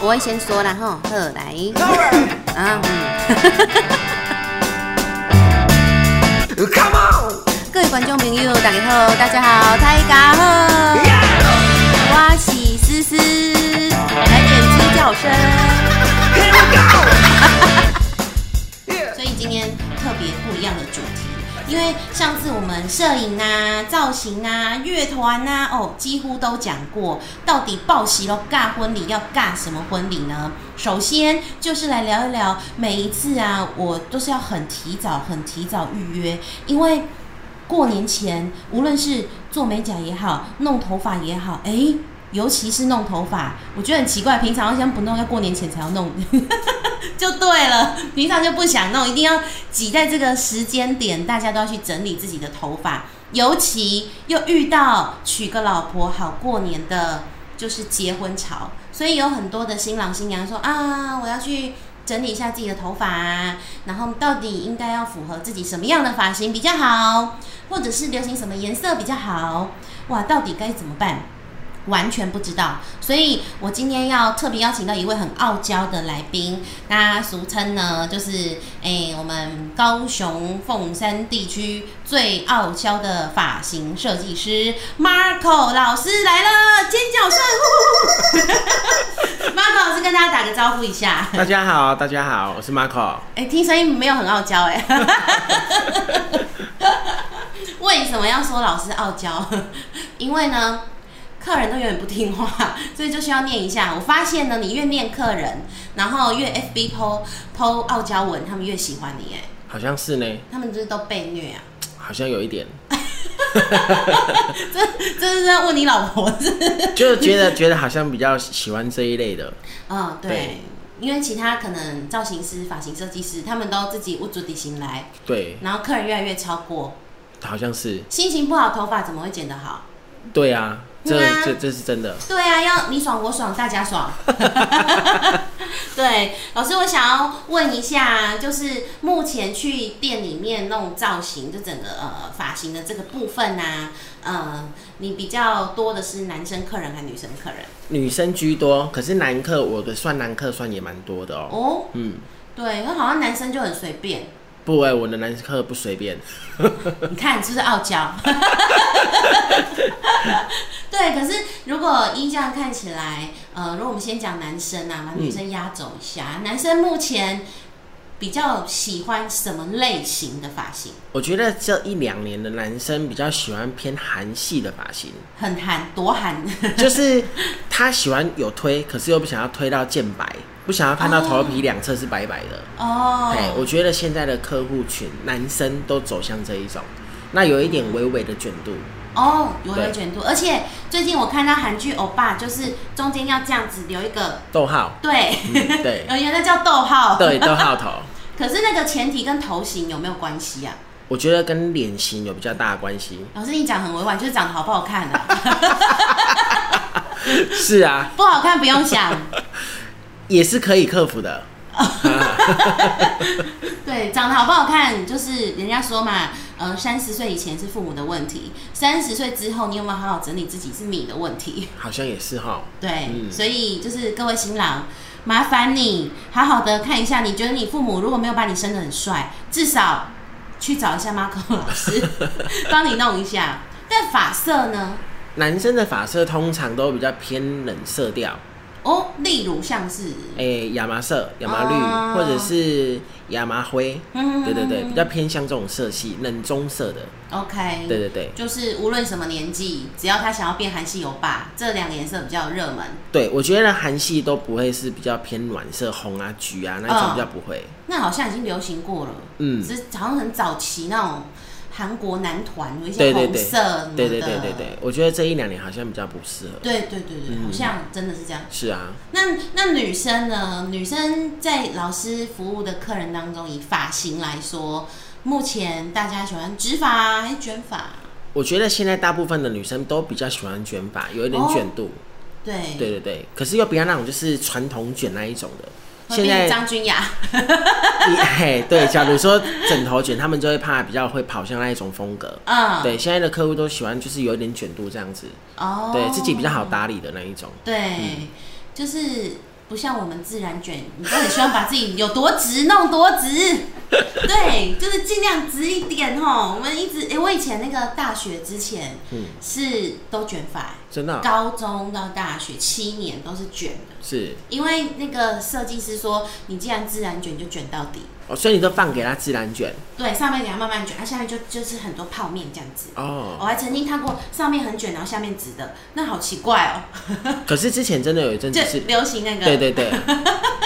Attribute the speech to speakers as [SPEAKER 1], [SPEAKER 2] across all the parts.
[SPEAKER 1] 我会先说啦吼，好来，啊嗯，
[SPEAKER 2] Come on!
[SPEAKER 1] 各位观众朋友大家好，大家好，大家好，我是思思，来点鸡叫声。所以今天特别不一样的主题，因为上次我们摄影啊、造型啊、乐团啊，哦，几乎都讲过，到底报喜咯尬婚礼要尬什么婚礼呢？首先就是来聊一聊，每一次啊，我都是要很提早、很提早预约，因为。过年前，无论是做美甲也好，弄头发也好，哎、尤其是弄头发，我觉得很奇怪，平常好像不弄，要过年前才要弄，就对了。平常就不想弄，一定要挤在这个时间点，大家都要去整理自己的头发。尤其又遇到娶个老婆好过年的，就是结婚潮，所以有很多的新郎新娘说啊，我要去整理一下自己的头发啊，然后到底应该要符合自己什么样的发型比较好，或者是流行什么颜色比较好？哇，到底该怎么办？完全不知道，所以我今天要特别邀请到一位很傲娇的来宾，那俗称呢就是诶、我们高雄凤山地区最傲娇的发型设计师 Marco 老师来了，尖叫声 呼呼呼！Marco 老师跟大家打个招呼一下，
[SPEAKER 3] 大家好，大家好，我是 Marco。
[SPEAKER 1] 哎、听声音没有很傲娇哎、 为什么要说老师傲娇？ 因为呢，客人都有点不听话， 所以就需要念一下。我发现呢，你越念客人，然后越 FB 剖剖傲娇文，他们越喜欢你哎、
[SPEAKER 3] 好像是呢，
[SPEAKER 1] 他们就是都被虐啊！
[SPEAKER 3] 好像有一点，
[SPEAKER 1] 这这是在问你老婆 是？
[SPEAKER 3] 就是觉得觉得好像比较喜欢这一类的。
[SPEAKER 1] 嗯，对。
[SPEAKER 3] 对
[SPEAKER 1] 因为其他可能造型师、发型设计师，他们都自己捂住底型来，
[SPEAKER 3] 对，
[SPEAKER 1] 然后客人越来越超过，
[SPEAKER 3] 好像是，
[SPEAKER 1] 心情不好，头发怎么会剪得好？
[SPEAKER 3] 对啊，这
[SPEAKER 1] 对啊
[SPEAKER 3] 这这是真的。
[SPEAKER 1] 对啊，要你爽我爽，大家爽。 对，老师，我想要问一下，就是目前去店里面弄造型，就整个呃发型的这个部分啊，呃，你比较多的是男生客人还是女生客人？
[SPEAKER 3] 女生居多，可是男客我的算男客算也蛮多的哦。
[SPEAKER 1] 哦，
[SPEAKER 3] 嗯，
[SPEAKER 1] 对，因为好像男生就很随便，
[SPEAKER 3] 不哎、我的男客不随便。
[SPEAKER 1] 你看是不是傲娇？ 对，可是如果依这样看起来，呃，如果我们先讲男生啊，
[SPEAKER 3] 嗯
[SPEAKER 1] 把女生压轴一下，男生目前比较喜欢什么类型的发型？
[SPEAKER 3] 我觉得这一两年的男生比较喜欢偏韩系的发型，
[SPEAKER 1] 很韩，多韩，
[SPEAKER 3] 就是他喜欢有推，可是又不想要推到渐白，不想要看到头皮两侧是白白的。哎，
[SPEAKER 1] 哦，
[SPEAKER 3] 我觉得现在的客户群男生都走向这一种，那有一点微微的卷度，
[SPEAKER 1] 哦，有
[SPEAKER 3] 对
[SPEAKER 1] 有卷度，而且最近我看到韩剧欧巴，就是中间要这样子留一个，
[SPEAKER 3] 逗号，
[SPEAKER 1] 对，
[SPEAKER 3] 嗯 对
[SPEAKER 1] 有原来叫逗号，
[SPEAKER 3] 对，逗号 头，
[SPEAKER 1] 可是那个前提跟头型有没有关系啊？
[SPEAKER 3] 我觉得跟脸型有比较大的关系。
[SPEAKER 1] 老师，你讲很委婉，就是长得好不好看啊？
[SPEAKER 3] 是啊，
[SPEAKER 1] 不好看不用 想，
[SPEAKER 3] 也是可以克服的。
[SPEAKER 1] 对，长得好不好看，就是人家说嘛，呃，三十岁以前是父母的问题，三十岁之后你有没有好好整理自己是你的问题。
[SPEAKER 3] 好像也是哈，
[SPEAKER 1] 对，
[SPEAKER 3] 嗯
[SPEAKER 1] 所以就是各位新郎，麻烦你好好的看一下，你觉得你父母如果没有把你生得很帅，至少去找一下 Marco 老 师帮你弄一下。但发色呢？
[SPEAKER 3] 男生的发色通常都比较偏冷色调，
[SPEAKER 1] 哦，例如像是，
[SPEAKER 3] 诶、亚麻色、亚麻绿，
[SPEAKER 1] 哦
[SPEAKER 3] 或者是亚麻灰，
[SPEAKER 1] 嗯哎
[SPEAKER 3] 对对对，比较偏向这种色系，冷棕色的，
[SPEAKER 1] OK，
[SPEAKER 3] 对对对。
[SPEAKER 1] 就是无论什么年纪，只要他想要变韩系欧巴，这两个颜色比较热门。
[SPEAKER 3] 对，我觉得韩系都不会是比较偏暖色，红啊、橘啊那一
[SPEAKER 1] 嗯
[SPEAKER 3] 种比较不会。
[SPEAKER 1] 那好像已经流行过了，
[SPEAKER 3] 嗯
[SPEAKER 1] 只是好像很早期那种韩国男团有一些
[SPEAKER 3] 对对
[SPEAKER 1] 红
[SPEAKER 3] 对
[SPEAKER 1] 色什么的，
[SPEAKER 3] 对对对对对，嗯我觉得这一两年好像比较不适合。
[SPEAKER 1] 对对对对好像真的是这样。
[SPEAKER 3] 是啊，
[SPEAKER 1] 那那女生呢？女生在老师服务的客人当中，以发型来说，目前大家喜欢直发啊还是卷发？
[SPEAKER 3] 我觉得现在大部分的女生都比较喜欢卷发，有一点
[SPEAKER 1] 哦哎
[SPEAKER 3] 卷度。
[SPEAKER 1] 对，
[SPEAKER 3] 对对对，可是又不要那种就是传统卷那一种的。
[SPEAKER 1] 会
[SPEAKER 3] 现
[SPEAKER 1] 比
[SPEAKER 3] 在
[SPEAKER 1] 张君雅
[SPEAKER 3] 你 嘿，对，假如说枕头卷，他们就会怕比较会跑向那一种风格。
[SPEAKER 1] 嗯，
[SPEAKER 3] 对，现在的客户都喜欢就是有一点卷度这样子，
[SPEAKER 1] 哦，
[SPEAKER 3] 嗯对自己比较好打理的那一种。
[SPEAKER 1] 对，就是不像我们自然卷，你都很希望把自己有多直弄多 直，对，就是尽量直一点吼。我们一直，哎、我以前那个大学之前
[SPEAKER 3] 嗯，
[SPEAKER 1] 是都卷发，
[SPEAKER 3] 真的哦、
[SPEAKER 1] 高中到大学七年都是卷的，
[SPEAKER 3] 是
[SPEAKER 1] 因为那个设计师说，你既然自然卷就卷到底，
[SPEAKER 3] 哦，所以你都放给他自然 卷
[SPEAKER 1] 对，上面给它慢慢卷，它、啊下面就就是很多泡面这样子。我
[SPEAKER 3] 哦。
[SPEAKER 1] 还曾经看过上面很卷，然后下面直的，那好奇怪哦、
[SPEAKER 3] 可是之前真的有一阵子，
[SPEAKER 1] 就是流行那个，
[SPEAKER 3] 对对对，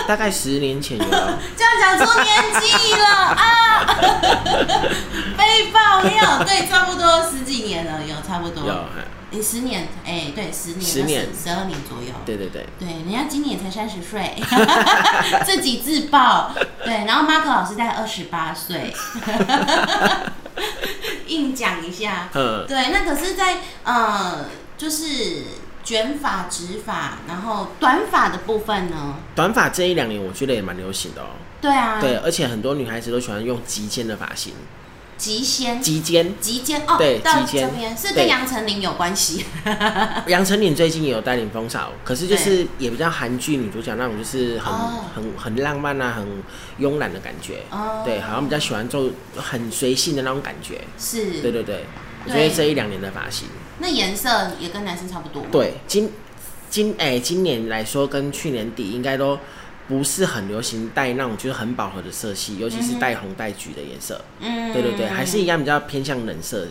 [SPEAKER 3] 大概十年前 有了，
[SPEAKER 1] 这样讲出年纪了啊！ 被爆料，对，差不多十几年了，有差不多，
[SPEAKER 3] 有，哎
[SPEAKER 1] 诶十年，哎、对，十年，
[SPEAKER 3] 十年
[SPEAKER 1] 十二年左右。
[SPEAKER 3] 对对对，
[SPEAKER 1] 对，人家今年才三十岁， 自己自爆。对，然后 Marco 老师在二十八岁， 硬讲一下。
[SPEAKER 3] 嗯，
[SPEAKER 1] 对，那可是在，呃，就是卷发、直发，然后短发的部分呢？
[SPEAKER 3] 短发这一两年我觉得也蛮流行的哦。
[SPEAKER 1] 对啊，
[SPEAKER 3] 对，而且很多女孩子都喜欢用及肩的发型，
[SPEAKER 1] 极限
[SPEAKER 3] 及肩。
[SPEAKER 1] 极尖哦，
[SPEAKER 3] 对
[SPEAKER 1] 到
[SPEAKER 3] 极尖
[SPEAKER 1] 这边是
[SPEAKER 3] 对
[SPEAKER 1] 跟杨丞琳有关 系，嗯
[SPEAKER 3] 杨丞琳最近也有带领风潮，可是就是也比较韩剧女主角那种，就是很、
[SPEAKER 1] 哦
[SPEAKER 3] 很很浪漫啊，很慵懒的感觉。
[SPEAKER 1] 哦
[SPEAKER 3] 对，好像比较喜欢做很随性的那种感觉。
[SPEAKER 1] 是，
[SPEAKER 3] 对对对，我觉
[SPEAKER 1] 对
[SPEAKER 3] 得这一两年的发型，
[SPEAKER 1] 那颜色也跟男生差不多，，
[SPEAKER 3] 对今今哎、今年来说跟去年底应该都不是很流行戴那种就是很饱和的色系，尤其是带红带橘的颜色。
[SPEAKER 1] 嗯
[SPEAKER 3] 对对对，还是一样比较偏向冷色、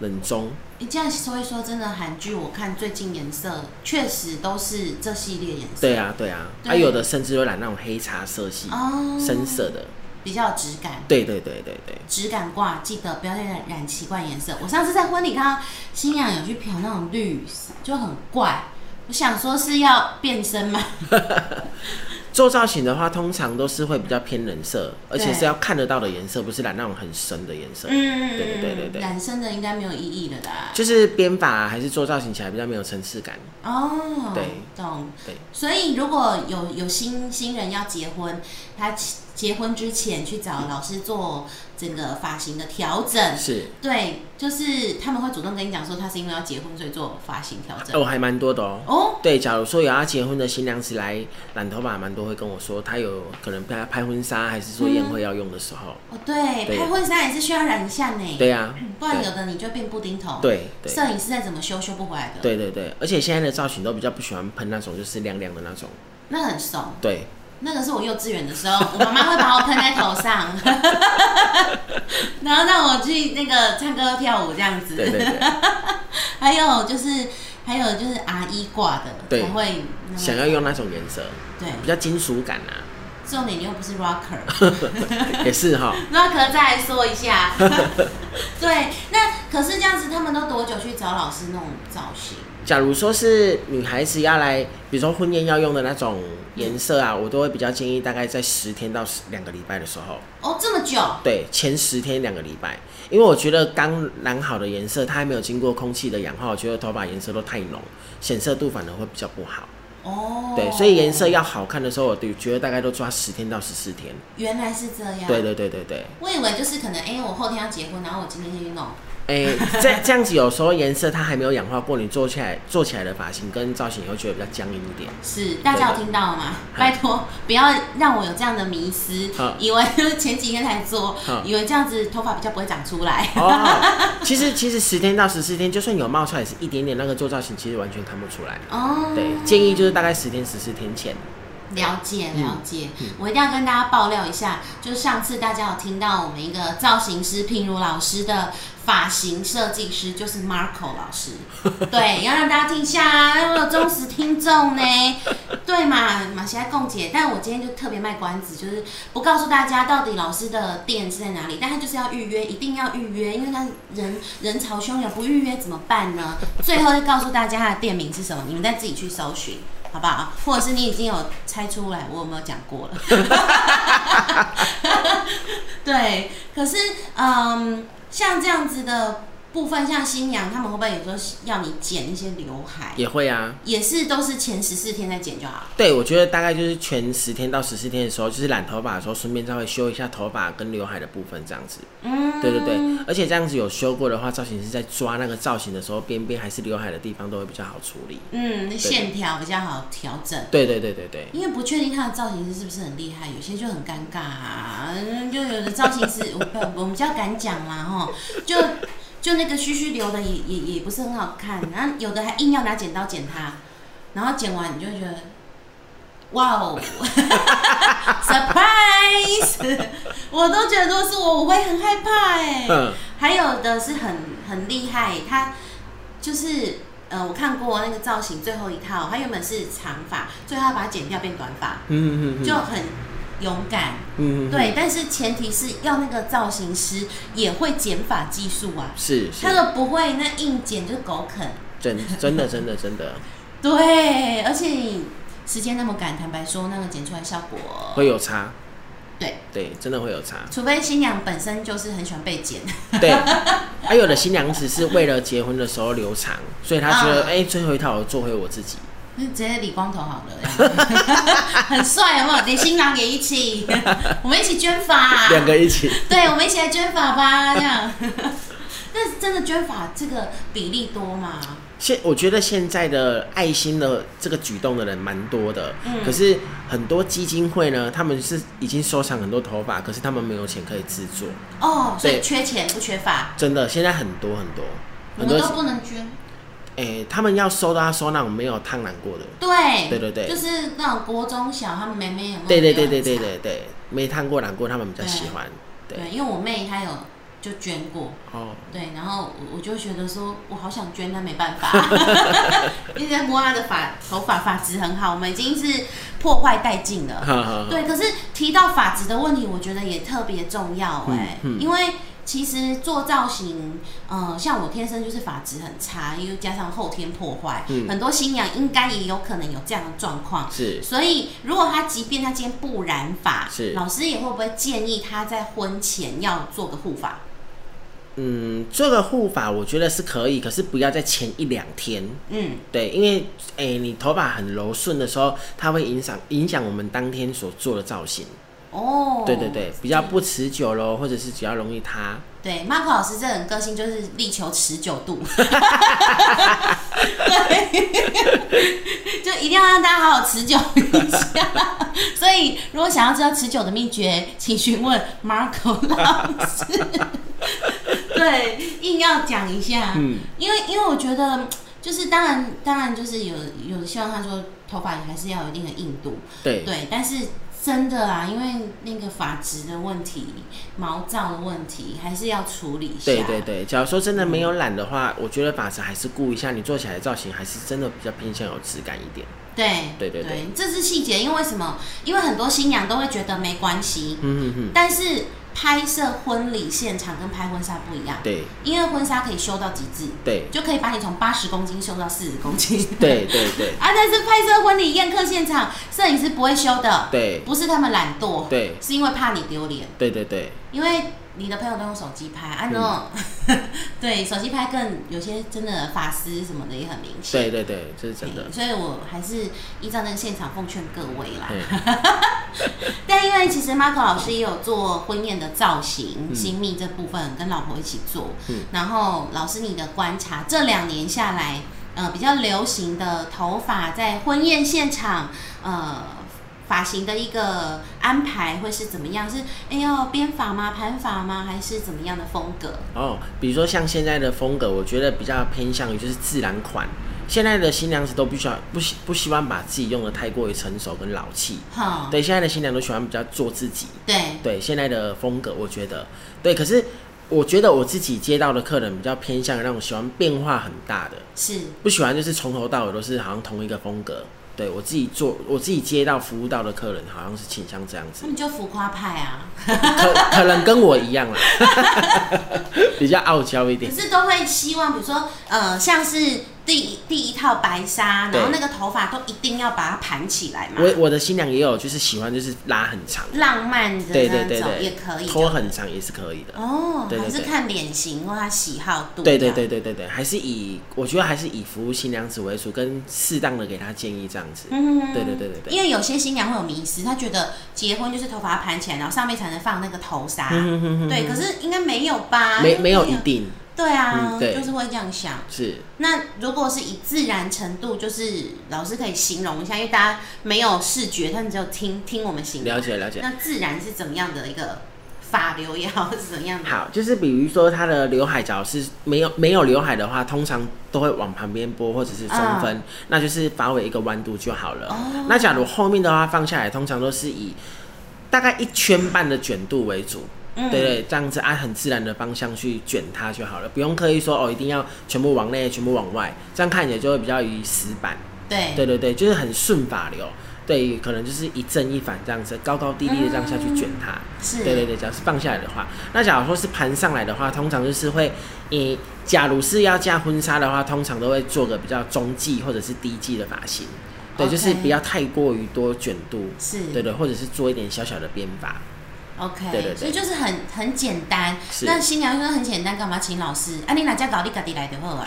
[SPEAKER 3] 冷棕。
[SPEAKER 1] 你这样说一说，真的韩剧我看最近颜色确实都是这系列颜色，
[SPEAKER 3] 对啊，对啊，啊
[SPEAKER 1] 对
[SPEAKER 3] 有的甚至会染那种黑茶色系、
[SPEAKER 1] 哦
[SPEAKER 3] 深色的。
[SPEAKER 1] 比较有质感。
[SPEAKER 3] 对对对对对，
[SPEAKER 1] 质感挂，记得不要再染染奇怪颜色。我上次在婚礼看到新娘有去漂那种绿色，就很怪。我想说是要变身 吗？
[SPEAKER 3] 做造型的话，通常都是会比较偏冷色，而且
[SPEAKER 1] 对
[SPEAKER 3] 是要看得到的颜色，不是染那种很深的颜色。
[SPEAKER 1] 嗯，
[SPEAKER 3] 对对对对对
[SPEAKER 1] 染深的应该没有意义了啦。
[SPEAKER 3] 就是编法、啊、还是做造型起来比较没有层次感。
[SPEAKER 1] 哦，
[SPEAKER 3] 对，
[SPEAKER 1] 懂。
[SPEAKER 3] 对，
[SPEAKER 1] 所以如果有有新新人要结婚，他起结婚之前去找老师做整个发型的调整，
[SPEAKER 3] 是，
[SPEAKER 1] 对，就是他们会主动跟你讲说，他是因为要结婚所以做发型调整。
[SPEAKER 3] 哦，还蛮多的哦。
[SPEAKER 1] 哦，
[SPEAKER 3] 对，假如说有要结婚的新娘子来染头发，蛮多会跟我说，她有可能拍拍婚纱，还是说宴会要用的时候。
[SPEAKER 1] 哦，对，
[SPEAKER 3] 对
[SPEAKER 1] 拍婚纱也是需要染一下呢，
[SPEAKER 3] 对啊，
[SPEAKER 1] 不然有的你就变布丁头。，
[SPEAKER 3] 对对
[SPEAKER 1] 摄影师再怎么修修不回来的，，
[SPEAKER 3] 对对对，而且现在的造型都比较不喜欢喷那种就是亮亮的那种。
[SPEAKER 1] 那很怂。
[SPEAKER 3] 对，
[SPEAKER 1] 那个是我幼稚园的时候，我妈妈会把我喷在头 上，然后让我去那个唱歌跳舞这样子。
[SPEAKER 3] 对对对，
[SPEAKER 1] 还有就是，还有就是阿姨挂的
[SPEAKER 3] 对
[SPEAKER 1] 才会那个
[SPEAKER 3] 想要用那种颜色，
[SPEAKER 1] 对，
[SPEAKER 3] 比较金属感啊，
[SPEAKER 1] 重点又不是 rocker，rocker
[SPEAKER 3] 也是哈。
[SPEAKER 1] 再来说一 下。对，那可是这样子，他们都多久去找老师弄造型？
[SPEAKER 3] 假如说是女孩子要来，比如说婚宴要用的那种颜色啊，我都会比较建议大概在十天到十两个礼拜的时候，
[SPEAKER 1] 哦，这么久，
[SPEAKER 3] 对，前十天两个礼拜，因为我觉得刚染好的颜色，它还没有经过空气的氧化，我觉得头发颜色都太浓，显色度反而会比较不好。
[SPEAKER 1] 哦，
[SPEAKER 3] 对，所以颜色要好看的时候，我都觉得大概都抓十天到十四天。
[SPEAKER 1] 原来是这样。
[SPEAKER 3] 对，对对对对，
[SPEAKER 1] 我以为就是可能，哎、我后天要结婚，然后我今天先去弄。
[SPEAKER 3] 哎、这这样子有时候颜色它还没有氧化过，你做起来做起来的发型跟造型也会觉得比较僵硬一点。
[SPEAKER 1] 是，大家有听到吗？拜托，不要让我有这样的迷思
[SPEAKER 3] 好，
[SPEAKER 1] 以为 就是前几天才做
[SPEAKER 3] 好，
[SPEAKER 1] 以为这样子头发比较不会长出来。
[SPEAKER 3] 哦，其实其实十天到十四天，就算有冒出来，也是一点点那个做造型，其实完全看不出来。
[SPEAKER 1] 哦，
[SPEAKER 3] 对，建议嗯就是大概十天十四天前。
[SPEAKER 1] 了解了解，我一定要跟大家爆料一下，就上次大家有听到我们一个造型师品如老师的发型设计师就是 Marco 老 师，对，要让大家听一下啊，因为我有忠实听众呢，对嘛，马西亚共姐，但我今天就特别卖关子，就是不告诉大家到底老师的店是在哪里，但他就是要预约，一定要预约，因为他人人潮汹涌，不预约怎么办呢？最后再告诉大家他的店名是什么，你们再自己去搜寻。好不好？或者是你已经有猜出来，我有没有讲过了？对，可是嗯，像这样子的部分像新娘，他们会不会有时候要你剪一些刘海？
[SPEAKER 3] 也会啊。
[SPEAKER 1] 也是都是前十四天再剪就好了。
[SPEAKER 3] 对，我觉得大概就是前十天到十四天的时候，就是染头发的时候，顺便稍微修一下头发跟刘海的部分，这样子。
[SPEAKER 1] 嗯，
[SPEAKER 3] 对对对，而且这样子有修过的话，造型师在抓那个造型的时候，边边还是刘海的地方都会比较好处理。
[SPEAKER 1] 嗯，线条比较好调整。
[SPEAKER 3] 对对对对对，
[SPEAKER 1] 因为不确定他的造型师是不是很厉害，有些就很尴尬啊，嗯就有的造型师， 我不我们比较敢讲啦吼，就就那个须须留的也也也不是很好看，然后有的还硬要拿剪刀剪它，然后剪完你就会觉得，哇哦 ，surprise，我都觉得都是我，我会很害怕哎、
[SPEAKER 3] 嗯，
[SPEAKER 1] 还有的是很很厉害，他就是呃，我看过那个造型最后一套，他原本是长发，最后他把它剪掉变短发，
[SPEAKER 3] 嗯嗯嗯，
[SPEAKER 1] 就很勇敢。
[SPEAKER 3] 嗯嗯嗯
[SPEAKER 1] 对，但是前提是要那个造型师也会剪发技术啊，
[SPEAKER 3] 是是
[SPEAKER 1] 他，都不会那硬剪就是狗啃。
[SPEAKER 3] 真真的真的真的
[SPEAKER 1] 对，而且你时间那么赶，坦白说，那个剪出来效果
[SPEAKER 3] 会有差，
[SPEAKER 1] 对，
[SPEAKER 3] 对，真的会有差。
[SPEAKER 1] 除非新娘本身就是很喜欢被剪，
[SPEAKER 3] 对，还有的新娘子是为了结婚的时候留长，所以她觉得
[SPEAKER 1] 啊
[SPEAKER 3] 哎、最后一套我做回我自己。
[SPEAKER 1] 那直接理光头好了， 很帅，有没有？连新郎也一起， 我们一起捐发，啊
[SPEAKER 3] 两个一起，
[SPEAKER 1] 对，我们一起来捐发吧，这样。 但是真的捐发这个比例多吗？
[SPEAKER 3] 现我觉得现在的爱心的这个举动的人蛮多的，
[SPEAKER 1] 嗯
[SPEAKER 3] 可是很多基金会呢，他们是已经收藏很多头发，可是他们没有钱可以制作，
[SPEAKER 1] 哦，所以
[SPEAKER 3] 对
[SPEAKER 1] 缺钱不缺发，
[SPEAKER 3] 真的现在很多很多
[SPEAKER 1] 我
[SPEAKER 3] 很
[SPEAKER 1] 们
[SPEAKER 3] 多，
[SPEAKER 1] 都不能捐。
[SPEAKER 3] 哎、他们要收都要收那种没有烫染过的，
[SPEAKER 1] 对，
[SPEAKER 3] 对对对
[SPEAKER 1] 就是那种国中小他们妹妹有没有？
[SPEAKER 3] 对对对对对。对对，没烫过染过他们比较喜欢，对
[SPEAKER 1] 对，因为我妹她有就捐过，
[SPEAKER 3] 哦，
[SPEAKER 1] 对，然后我我就觉得说，我好想捐，但没办 法，一直在摸她的发头发，发质很好，我们已经是破坏殆尽了。
[SPEAKER 3] 哈哈，
[SPEAKER 1] 对，可是提到发质的问题，我觉得也特别重要哎、
[SPEAKER 3] 嗯嗯
[SPEAKER 1] 因为其实做造型，呃，像我天生就是发质很差，又加上后天破坏，
[SPEAKER 3] 嗯
[SPEAKER 1] 很多新娘应该也有可能有这样的状况。
[SPEAKER 3] 是
[SPEAKER 1] 所以，如果她即便她今天不染发，
[SPEAKER 3] 是
[SPEAKER 1] 老师也会不会建议她在婚前要做个护发？
[SPEAKER 3] 嗯，这个护发我觉得是可以，可是不要在前一两天。
[SPEAKER 1] 嗯，
[SPEAKER 3] 对，因为诶、你头发很柔顺的时候，它会影响影响我们当天所做的造型。
[SPEAKER 1] 哦，
[SPEAKER 3] 对对对，比较不持久咯，或者是比较容易塌。
[SPEAKER 1] 对，Marco 老师这人个性就是力求持久度，对，就一定要让大家好好持久一下。所以，如果想要知道持久的秘诀，请询问 Marco 老师。对，硬要讲一下，
[SPEAKER 3] 嗯，
[SPEAKER 1] 因为因为我觉得，就是当然当然就是有有希望他说头发还是要有一定的硬度，
[SPEAKER 3] 对，
[SPEAKER 1] 对，但是真的啊，因为那个发质的问题、毛躁的问题，还是要处理一下。
[SPEAKER 3] 对对对。假如说真的没有染的话，我觉得发质还是顾一下，你做起来的造型还是真的比较偏向有质感一点。
[SPEAKER 1] 对
[SPEAKER 3] 对对对
[SPEAKER 1] 这是细节，因为为什么？因为很多新娘都会觉得没关系，
[SPEAKER 3] 嗯嗯嗯，
[SPEAKER 1] 但是拍摄婚礼现场跟拍婚纱不一样，
[SPEAKER 3] 对
[SPEAKER 1] 因为婚纱可以修到极致，
[SPEAKER 3] 对
[SPEAKER 1] 就可以把你从八十公斤修到四十公斤。
[SPEAKER 3] 对对对
[SPEAKER 1] 啊，但是拍摄婚礼宴客现场，摄影师不会修的，
[SPEAKER 3] 对
[SPEAKER 1] 不是他们懒惰，
[SPEAKER 3] 对
[SPEAKER 1] 是因为怕你丢脸。
[SPEAKER 3] 对对对，
[SPEAKER 1] 因为你的朋友都用手机拍，
[SPEAKER 3] 嗯
[SPEAKER 1] 啊，那种、 对手机拍更有些真的法师什么的也很明显。
[SPEAKER 3] 对对对，这是真的
[SPEAKER 1] 嗯。所以我还是依照那个现场奉劝各位啦。
[SPEAKER 3] 对，
[SPEAKER 1] 但因为其实 Marco 老师也有做婚宴的造型、
[SPEAKER 3] 嗯
[SPEAKER 1] 新密这部分，跟老婆一起做。
[SPEAKER 3] 嗯
[SPEAKER 1] 然后老师你的观察，这两年下来，呃，比较流行的头发在婚宴现场，呃。发型的一个安排会是怎么样？是哎要编发吗？盘发吗？还是怎么样的风格？
[SPEAKER 3] 哦，比如说像现在的风格，我觉得比较偏向于就是自然款。现在的新娘子都不喜欢不希不希望把自己用的太过于成熟跟老气，
[SPEAKER 1] 哈，
[SPEAKER 3] 对，现在的新娘都喜欢比较做自己。
[SPEAKER 1] 对
[SPEAKER 3] 对现在的风格，我觉得对。可是我觉得我自己接到的客人比较偏向于那种喜欢变化很大的，
[SPEAKER 1] 是
[SPEAKER 3] 不喜欢就是从头到尾都是好像同一个风格。对我自己做，我自己接到服务到的客人好像是倾向这样子
[SPEAKER 1] 他，们就浮夸派啊，
[SPEAKER 3] 可可能跟我一样啦， 比较傲娇一
[SPEAKER 1] 可
[SPEAKER 3] 点。
[SPEAKER 1] 是都会希望，比如说呃，像是第一第一套白纱，然后
[SPEAKER 3] 对
[SPEAKER 1] 那个头发都一定要把它盘起来嘛，
[SPEAKER 3] 我我的新娘也有，就是喜欢就是拉很长，
[SPEAKER 1] 浪漫的
[SPEAKER 3] 对对
[SPEAKER 1] 那
[SPEAKER 3] 对
[SPEAKER 1] 种
[SPEAKER 3] 对，
[SPEAKER 1] 也可以。啊
[SPEAKER 3] 拖很长也是可以的。
[SPEAKER 1] 哦，
[SPEAKER 3] 对对
[SPEAKER 1] 还是
[SPEAKER 3] 对
[SPEAKER 1] 看脸型或他喜好度。
[SPEAKER 3] 对对对。对对对，还是以我觉得还是以服务新娘子为主，跟适当的给她建议这样子。
[SPEAKER 1] 嗯
[SPEAKER 3] 对对对对对
[SPEAKER 1] 因为有些新娘会有迷失，她觉得结婚就是头发盘起来，然后上面才能放那个头
[SPEAKER 3] 嗯
[SPEAKER 1] 纱。对，可是应该没有吧？
[SPEAKER 3] 没
[SPEAKER 1] 因为
[SPEAKER 3] 没有一。定
[SPEAKER 1] 对啊，
[SPEAKER 3] 嗯对
[SPEAKER 1] 就是会这样想。
[SPEAKER 3] 是
[SPEAKER 1] 那如果是以自然程度，就是老师可以形容一下，因为大家没有视觉，但只有听听我们形容。
[SPEAKER 3] 了解了解。
[SPEAKER 1] 那自然是怎么样的一个发流也好，是怎么样的？
[SPEAKER 3] 好，就是比如说她的刘海，假如是没有没有刘海的话，通常都会往旁边拨或者是中分，那就是发尾一个弯度就好了。那假如后面的话放下来，通常都是以大概一圈半的卷度为主。
[SPEAKER 1] 嗯
[SPEAKER 3] 对对，这样子按啊很自然的方向去卷它就好了，不用刻意说哦，一定要全部往内，全部往外，这样看起来就会比较于死板。
[SPEAKER 1] 对
[SPEAKER 3] 对对对，就是很顺法流。对，可能就是一正一反这样子，高高低低的这样下去卷它。
[SPEAKER 1] 嗯是
[SPEAKER 3] 对对对，只要是放下来的话，那假如说是盘上来的话，通常就是会，你假如是要嫁婚纱的话，通常都会做个比较中继或者是低继的发型，对
[SPEAKER 1] OK
[SPEAKER 3] 就是不要太过于多卷度，
[SPEAKER 1] 是
[SPEAKER 3] 对对，或者是做一点小小的编法，
[SPEAKER 1] OK，
[SPEAKER 3] 对对对
[SPEAKER 1] 所以就是很很简单。
[SPEAKER 3] 是
[SPEAKER 1] 那新娘就是很简单，干嘛请老师？啊，你哪家搞你家己来就好啊。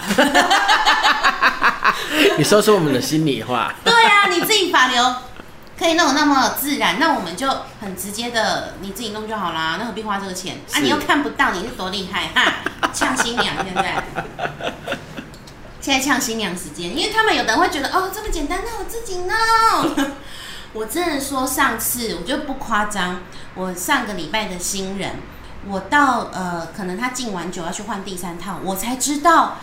[SPEAKER 3] 你说出我们的心里话，
[SPEAKER 1] 对啊，你自己发流可以弄得那么自然，那我们就很直接的你自己弄就好啦，那何必花这个钱啊？
[SPEAKER 3] 是
[SPEAKER 1] 你又看不到，你是多厉害哈！呛新娘现在。现在呛新娘时间，因为他们有的人会觉得哦这么简单，那我自己弄。 我真的说上次，我就不夸张，我上个礼拜的新人，我到呃，可能他敬完酒要去换第三套，我才知道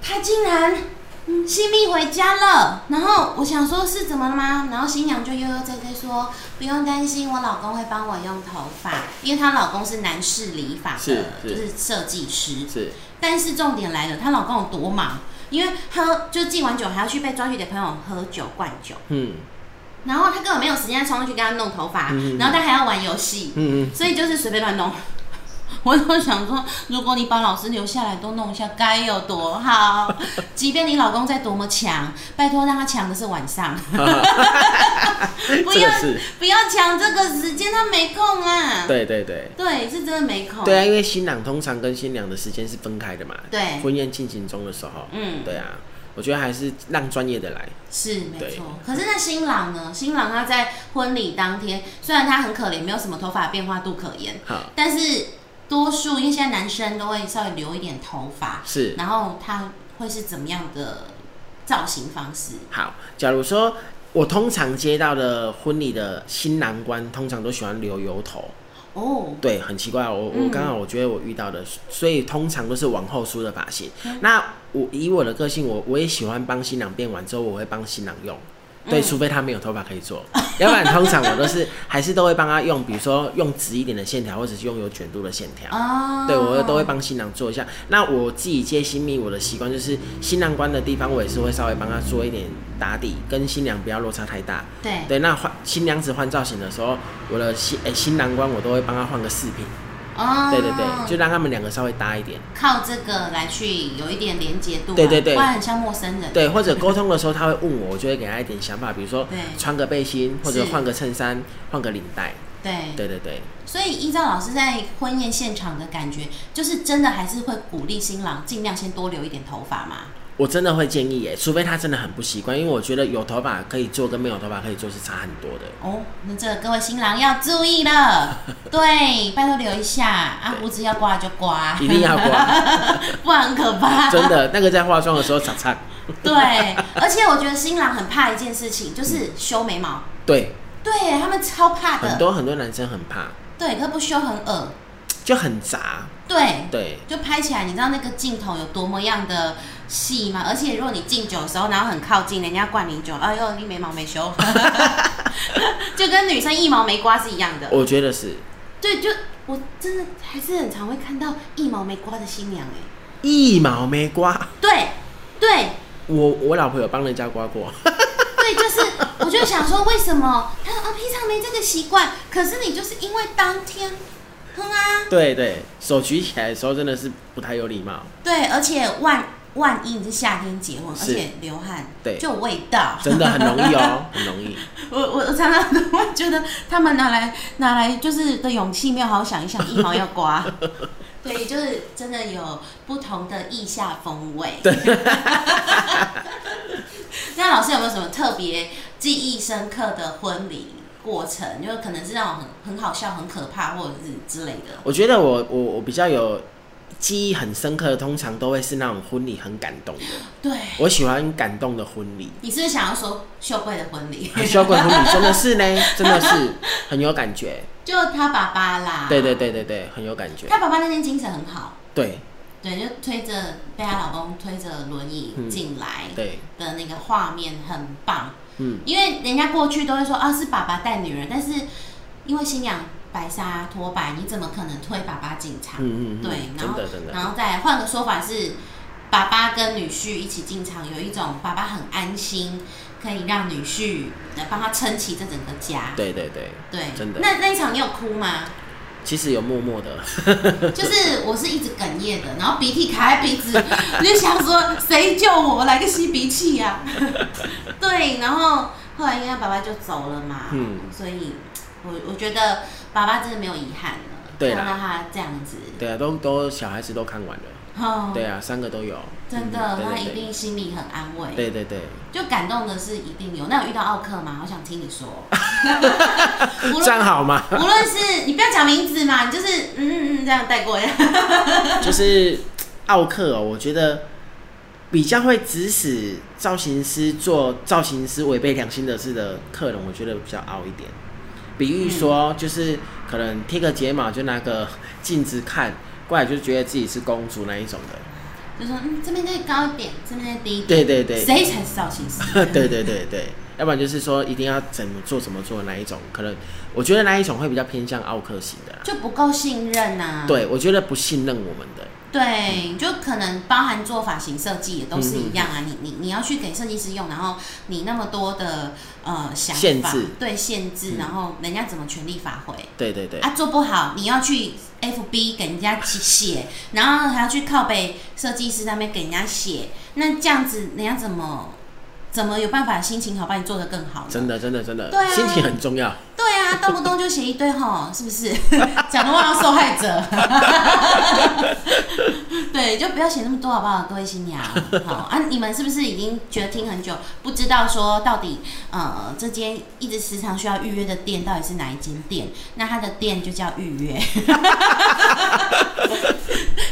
[SPEAKER 1] 他竟然嗯新密回家了。然后我想说是怎么了吗？然后新娘就悠悠哉哉说不用担心，我老公会帮我用头发，因为她老公是男士理发的
[SPEAKER 3] 是，
[SPEAKER 1] 就是是设计师。
[SPEAKER 3] 是
[SPEAKER 1] 但 是重点来了，她老公有多忙，因为喝就敬完酒还要去被抓去给朋友喝酒灌酒，
[SPEAKER 3] 嗯
[SPEAKER 1] 然后她根本没有时间冲上去给他弄头发，
[SPEAKER 3] 嗯
[SPEAKER 1] 然后她还要玩游戏，
[SPEAKER 3] 嗯，
[SPEAKER 1] 所以就是随便乱弄。 我就想说，如果你把老师留下来都弄一下，该有多 好！即便你老公再多么强，拜托让他强的是晚上，
[SPEAKER 3] 这
[SPEAKER 1] 不要
[SPEAKER 3] 个嗯是
[SPEAKER 1] 不要抢这个时间，他没空啊。
[SPEAKER 3] 对对对。
[SPEAKER 1] 对，是真的没空。
[SPEAKER 3] 对啊，因为新郎通常跟新娘的时间是分开的嘛。
[SPEAKER 1] 对
[SPEAKER 3] 婚宴进行中的时候，
[SPEAKER 1] 嗯
[SPEAKER 3] 对啊，我觉得还是让专业的来。
[SPEAKER 1] 是没
[SPEAKER 3] 对
[SPEAKER 1] 错，可是那新郎呢？新郎他在婚礼当天，虽然他很可怜，没有什么头发变化度可言，
[SPEAKER 3] 好，
[SPEAKER 1] 但是多数因为现在男生都会稍微留一点头发，
[SPEAKER 3] 是
[SPEAKER 1] 然后他会是怎么样的造型方式？
[SPEAKER 3] 好。假如说我通常接到的婚礼的新郎官，通常都喜欢留油头。
[SPEAKER 1] 哦，
[SPEAKER 3] 对，很奇怪，我我
[SPEAKER 1] 嗯
[SPEAKER 3] 刚好我觉得我遇到的，所以通常都是往后梳的发型。
[SPEAKER 1] 嗯
[SPEAKER 3] 那我以我的个性，我我也喜欢帮新郎变完之后，我会帮新郎用。
[SPEAKER 1] 嗯
[SPEAKER 3] 对，除非他没有头发可以做，要不然通常我 都是还是都会帮他用，比如说用直一点的线条，或者是用有卷度的线条。
[SPEAKER 1] 哦，
[SPEAKER 3] 对，我都会帮新郎做一下。那我自己接新密，我的习惯就是新郎关的地方，我也是会稍微帮他做一点打底，跟新娘不要落差太大。
[SPEAKER 1] 对
[SPEAKER 3] 对，那换新娘子换造型的时候，我的新诶、新郎官我都会帮他换个饰品，
[SPEAKER 1] 哦，嗯
[SPEAKER 3] 对对对，就让他们两个稍微搭一点，
[SPEAKER 1] 靠这个来去有一点连接度嘛，啊
[SPEAKER 3] 对对对
[SPEAKER 1] 不然很像陌生人，
[SPEAKER 3] 对，或者沟通的时候他会问我，我就会给他一点想法，比如说
[SPEAKER 1] 对
[SPEAKER 3] 穿个背心，或者
[SPEAKER 1] 是
[SPEAKER 3] 换个衬衫，换个领带，
[SPEAKER 1] 对
[SPEAKER 3] 对对对，
[SPEAKER 1] 所以依照老师在婚宴现场的感觉，就是真的还是会鼓励新郎尽量先多留一点头发嘛。
[SPEAKER 3] 我真的会建议耶，除非他真的很不习惯，因为我觉得有头发可以做跟没有头发可以做是差很多的。
[SPEAKER 1] 哦，那这个各位新郎要注意 了，对，拜托留一下啊，
[SPEAKER 3] 对
[SPEAKER 1] 胡子要刮就 刮，
[SPEAKER 3] 一定要 刮，
[SPEAKER 1] 不然很可怕。
[SPEAKER 3] 真的，那个在化妆的时候擦擦，
[SPEAKER 1] 对，而且我觉得新郎很怕一件事情，就是修眉毛，
[SPEAKER 3] 对，
[SPEAKER 1] 对他们超怕
[SPEAKER 3] 嗯很
[SPEAKER 1] 的，
[SPEAKER 3] 多很多男生很怕，
[SPEAKER 1] 对，可不修很恶，
[SPEAKER 3] 就很杂，
[SPEAKER 1] 对，
[SPEAKER 3] 对，
[SPEAKER 1] 就拍起来，你知道那个镜头有多么样的细吗？而且如果你敬酒的时候，然后很靠近，人家灌你酒，哎呦，你眉毛没修， 就跟女生一毛没刮是一样的。
[SPEAKER 3] 我觉得是
[SPEAKER 1] 对，就我真的还是很常会看到一毛没刮的新娘哎、
[SPEAKER 3] 一毛没刮，
[SPEAKER 1] 对，对，
[SPEAKER 3] 我我老婆有帮人家刮 过，
[SPEAKER 1] 对，就是，我就想说，为什么他啊平常没这个习惯，可是你就是因为当天，哼啊，
[SPEAKER 3] 对对，手举起来的时候真的是不太有礼貌，
[SPEAKER 1] 对，而且万万一你是夏天结婚，而
[SPEAKER 3] 是
[SPEAKER 1] 且流汗，
[SPEAKER 3] 对
[SPEAKER 1] 就有味道，
[SPEAKER 3] 真的很容易哦， 很容易。
[SPEAKER 1] 我我我常常都会觉得他们拿来拿来就是的勇气没有好好想一想，一毛要刮。 对，就是真的有不同的意下风味。对。 那老师有没有什么特别记忆深刻的婚礼过程？就是可能是那种很很好笑、很可怕，或者是之类的。
[SPEAKER 3] 我觉得我我我比较有记忆很深刻的，通常都会是那种婚礼很感动的。
[SPEAKER 1] 对，
[SPEAKER 3] 我喜欢感动的婚礼，
[SPEAKER 1] 你是不是想要说秀贵的婚礼？
[SPEAKER 3] 很小鬼婚礼真的是 呢，真的是很有感觉。
[SPEAKER 1] 就他爸爸啦。
[SPEAKER 3] 对对。对对对，很有感觉。
[SPEAKER 1] 他爸爸那天精神很好，
[SPEAKER 3] 对
[SPEAKER 1] 对，就推着被她老公推着轮椅
[SPEAKER 3] 嗯
[SPEAKER 1] 进来。
[SPEAKER 3] 对，
[SPEAKER 1] 的那个画面很棒，
[SPEAKER 3] 嗯，
[SPEAKER 1] 因为人家过去都会说啊是爸爸带女人，但是因为新娘白纱脱白，你怎么可能推爸爸进场？
[SPEAKER 3] 嗯嗯嗯
[SPEAKER 1] 对，然后
[SPEAKER 3] 真的真的
[SPEAKER 1] 然后再换个说法是，爸爸跟女婿一起进场，有一种爸爸很安心，可以让女婿来帮他撑起这整个家。
[SPEAKER 3] 对对对，
[SPEAKER 1] 对，
[SPEAKER 3] 真的
[SPEAKER 1] 那那一场你有哭吗？
[SPEAKER 3] 其实有默默的，
[SPEAKER 1] 就是我是一直哽咽的，然后鼻涕卡在鼻子， 我就想说谁救我，来个吸鼻涕呀、 对，然后后来因为爸爸就走了嘛，
[SPEAKER 3] 嗯
[SPEAKER 1] 所以我我觉得爸爸真的没有遗憾了，
[SPEAKER 3] 对啦
[SPEAKER 1] 看到他这样子，
[SPEAKER 3] 对啊，都都小孩子都看完了，
[SPEAKER 1] 哦，
[SPEAKER 3] 对啊，三个都有，
[SPEAKER 1] 真
[SPEAKER 3] 嗯
[SPEAKER 1] 的，
[SPEAKER 3] 对
[SPEAKER 1] 他
[SPEAKER 3] 对
[SPEAKER 1] 一
[SPEAKER 3] 对
[SPEAKER 1] 定心里很安慰，
[SPEAKER 3] 对对对，
[SPEAKER 1] 就感动的是一定有。那有遇到奥克吗？好想听你 说，无
[SPEAKER 3] 这样
[SPEAKER 1] 论
[SPEAKER 3] 好吗？
[SPEAKER 1] 无论是你不要讲名字嘛，你就是嗯嗯嗯这样带过呀，
[SPEAKER 3] 就是奥克哦，我觉得比较会指使造型师做造型师违背良心的事的客人，我觉得比较傲一点。比喻说，就是可能贴个睫毛就拿个镜子看过来，就觉得自己是公主那一种的。
[SPEAKER 1] 就说嗯这边再高一点，这边再低一点。
[SPEAKER 3] 对对对，？
[SPEAKER 1] 谁才是造型师
[SPEAKER 3] 对对对对，要不然就是说一定要怎么做怎么做的那一种，可能我觉得那一种会比较偏向奥克型的啦。
[SPEAKER 1] 就不够信任呐、，
[SPEAKER 3] 对，我觉得不信任我们的，
[SPEAKER 1] 对，就可能包含做发型设计也都是一样
[SPEAKER 3] 嗯
[SPEAKER 1] 啊。你你你要去给设计师用，然后你那么多的呃想法，
[SPEAKER 3] 限制
[SPEAKER 1] 对限制，
[SPEAKER 3] 嗯
[SPEAKER 1] 然后人家怎么全力发挥
[SPEAKER 3] 对对对，
[SPEAKER 1] 啊？做不好，你要去 FB 给人家写，然后还要去靠北设计师那边给人家写，那这样子人家怎么怎么有办法心情好把你做得更好呢？
[SPEAKER 3] 真的真的真的
[SPEAKER 1] 对，啊
[SPEAKER 3] 心情很重要。
[SPEAKER 1] 对啊，动不动就写一堆吼， 是不是？讲的忘了受害者。 对，就不要写那么多好不好，各位新娘？好啊，你们是不是已经觉得听很久，不知道说到底呃这间一直时常需要预约的店到底是哪一间店？那它的店就叫预约。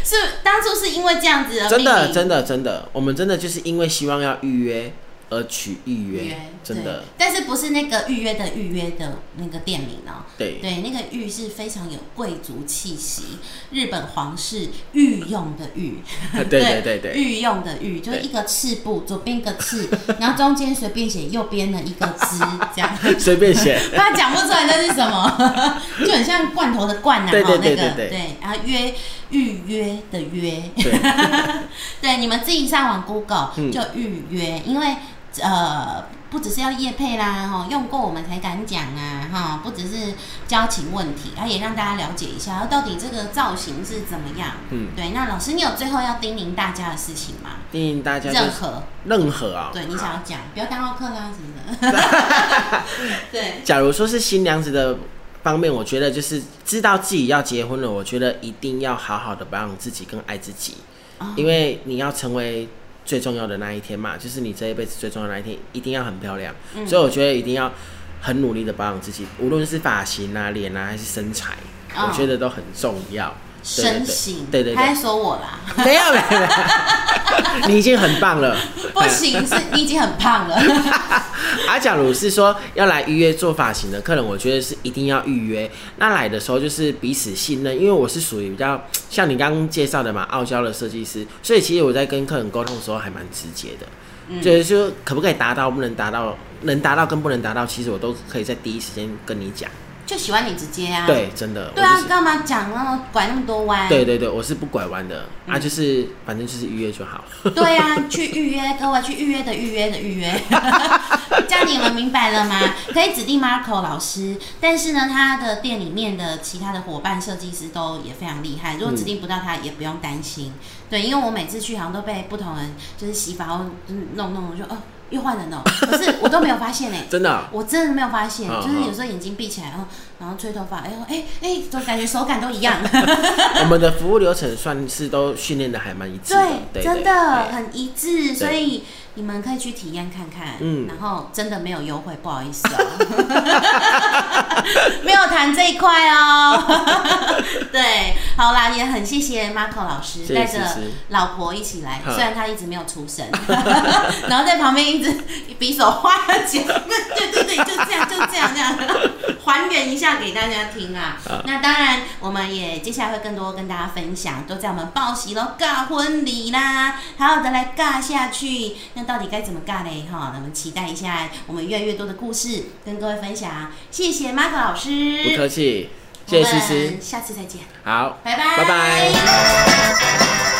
[SPEAKER 1] 是当初是因为这样子而
[SPEAKER 3] 真的，真
[SPEAKER 1] 的
[SPEAKER 3] 的，真的，我们真的就是因为希望要预约而取预约，真的，，
[SPEAKER 1] 但是不是那个预约的预约的那个店名哦、
[SPEAKER 3] 对，，
[SPEAKER 1] 对，那个玉是非常有贵族气息，日本皇室御用的御
[SPEAKER 3] 对对对对
[SPEAKER 1] 御用的御就是
[SPEAKER 3] 对
[SPEAKER 1] 一个赤部，左边一个赤，然后中间随便写右边的一个之，这 样。
[SPEAKER 3] 随便写，
[SPEAKER 1] 他讲不出来那是什么， 就很像罐头的罐呐、啊，
[SPEAKER 3] 对对
[SPEAKER 1] 哦
[SPEAKER 3] 对
[SPEAKER 1] 那个
[SPEAKER 3] 对对
[SPEAKER 1] 对，然后约预约的约，
[SPEAKER 3] 对
[SPEAKER 1] 对，你们自己上网 Google
[SPEAKER 3] 嗯
[SPEAKER 1] 就预约，因为呃，不只是要业配啦，哈、用过我们才敢讲啊，哈、不只是交情问题，啊，也让大家了解一下到底这个造型是怎么样。
[SPEAKER 3] 嗯，
[SPEAKER 1] 对，那老师，你有最后要叮咛大家的事情吗？
[SPEAKER 3] 建议大家就
[SPEAKER 1] 任
[SPEAKER 3] 是
[SPEAKER 1] 何
[SPEAKER 3] 任何啊，
[SPEAKER 1] 对你想要讲，不要当奥克啦什么的。 对，
[SPEAKER 3] 假如说是新娘子的方面，我觉得就是知道自己要结婚了，我觉得一定要好好的保养自己跟爱自己，
[SPEAKER 1] 哦
[SPEAKER 3] 因为你要成为最重要的那一天嘛，就是你这一辈子最重要的那一天，一定要很漂亮。
[SPEAKER 1] 嗯
[SPEAKER 3] 所以我觉得一定要很努力的保养自己，无论是发型啊、脸啊，还是身材，
[SPEAKER 1] 哦
[SPEAKER 3] 我觉得都很重要。对对
[SPEAKER 1] 身形，
[SPEAKER 3] 对对对
[SPEAKER 1] 他在说我 啦，
[SPEAKER 3] 对，没有没有没 有，你已经很棒了。
[SPEAKER 1] 不行，是你已经很胖了。
[SPEAKER 3] 啊，假如是说要来预约做发型的客人，我觉得是一定要预约。那来的时候就是彼此信任，因为我是属于比较像你刚刚介绍的嘛，傲娇的设计师，所以其实我在跟客人沟通的时候还蛮直接的，
[SPEAKER 1] 嗯
[SPEAKER 3] 就是说可不可以达到，不能达到，能达到跟不能达到，其实我都可以在第一时间跟你讲。
[SPEAKER 1] 就喜欢你直接啊。
[SPEAKER 3] 对，真的，
[SPEAKER 1] 对
[SPEAKER 3] 我
[SPEAKER 1] 啊
[SPEAKER 3] 就，是
[SPEAKER 1] 干嘛讲那么拐那么多弯？
[SPEAKER 3] 对对对，我是不拐弯的、啊，
[SPEAKER 1] 嗯
[SPEAKER 3] 就是反正就是预约就好。
[SPEAKER 1] 对啊，去预约，各位去预约的预约的预约， 这样你们明白了吗？可以指定 Marco 老师，但是呢，他的店里面的其他的伙伴设计师都也非常厉害。如果指定不到他，也不用担心。对，因为我每次去好像都被不同人就是洗发后就是弄弄，我就哦又换人了，可是我都没有发现哎、
[SPEAKER 3] 真的哦、
[SPEAKER 1] 我真的没有发现，
[SPEAKER 3] 嗯
[SPEAKER 1] 就是有时候眼睛闭起来，然后然后吹头发，哎呦哎哎，总感觉手感都一 样。
[SPEAKER 3] 我们的服务流程算是都训练的还蛮一致的，
[SPEAKER 1] 对，
[SPEAKER 3] 对，
[SPEAKER 1] 真
[SPEAKER 3] 对
[SPEAKER 1] 的
[SPEAKER 3] 对
[SPEAKER 1] 很一致，所以你们可以去体验看看。
[SPEAKER 3] 嗯
[SPEAKER 1] 然后真的没有优惠，不好意思哦， 没有谈这一块哦。 对，好啦，也很谢谢 Marco 老师
[SPEAKER 3] 是
[SPEAKER 1] 带着
[SPEAKER 3] 是是
[SPEAKER 1] 老婆一起来，
[SPEAKER 3] 嗯
[SPEAKER 1] 虽然他一直没有出声， 然后在旁边一直比手画脚， 那对对对，就这样就这样这样， 还原一下给大家听啊。那当然，我们也接下来会更多跟大家分享，都在我们报喜咯，尬婚礼啦，好好的来尬下去。那到底该怎么尬嘞？哈，我们期待一下我们越来越多的故事跟各位分享。谢谢 Mark 老师，
[SPEAKER 3] 不客气，谢谢思
[SPEAKER 1] 我
[SPEAKER 3] 思
[SPEAKER 1] 们，下次再见，
[SPEAKER 3] 好，
[SPEAKER 1] 拜拜，
[SPEAKER 3] 拜拜。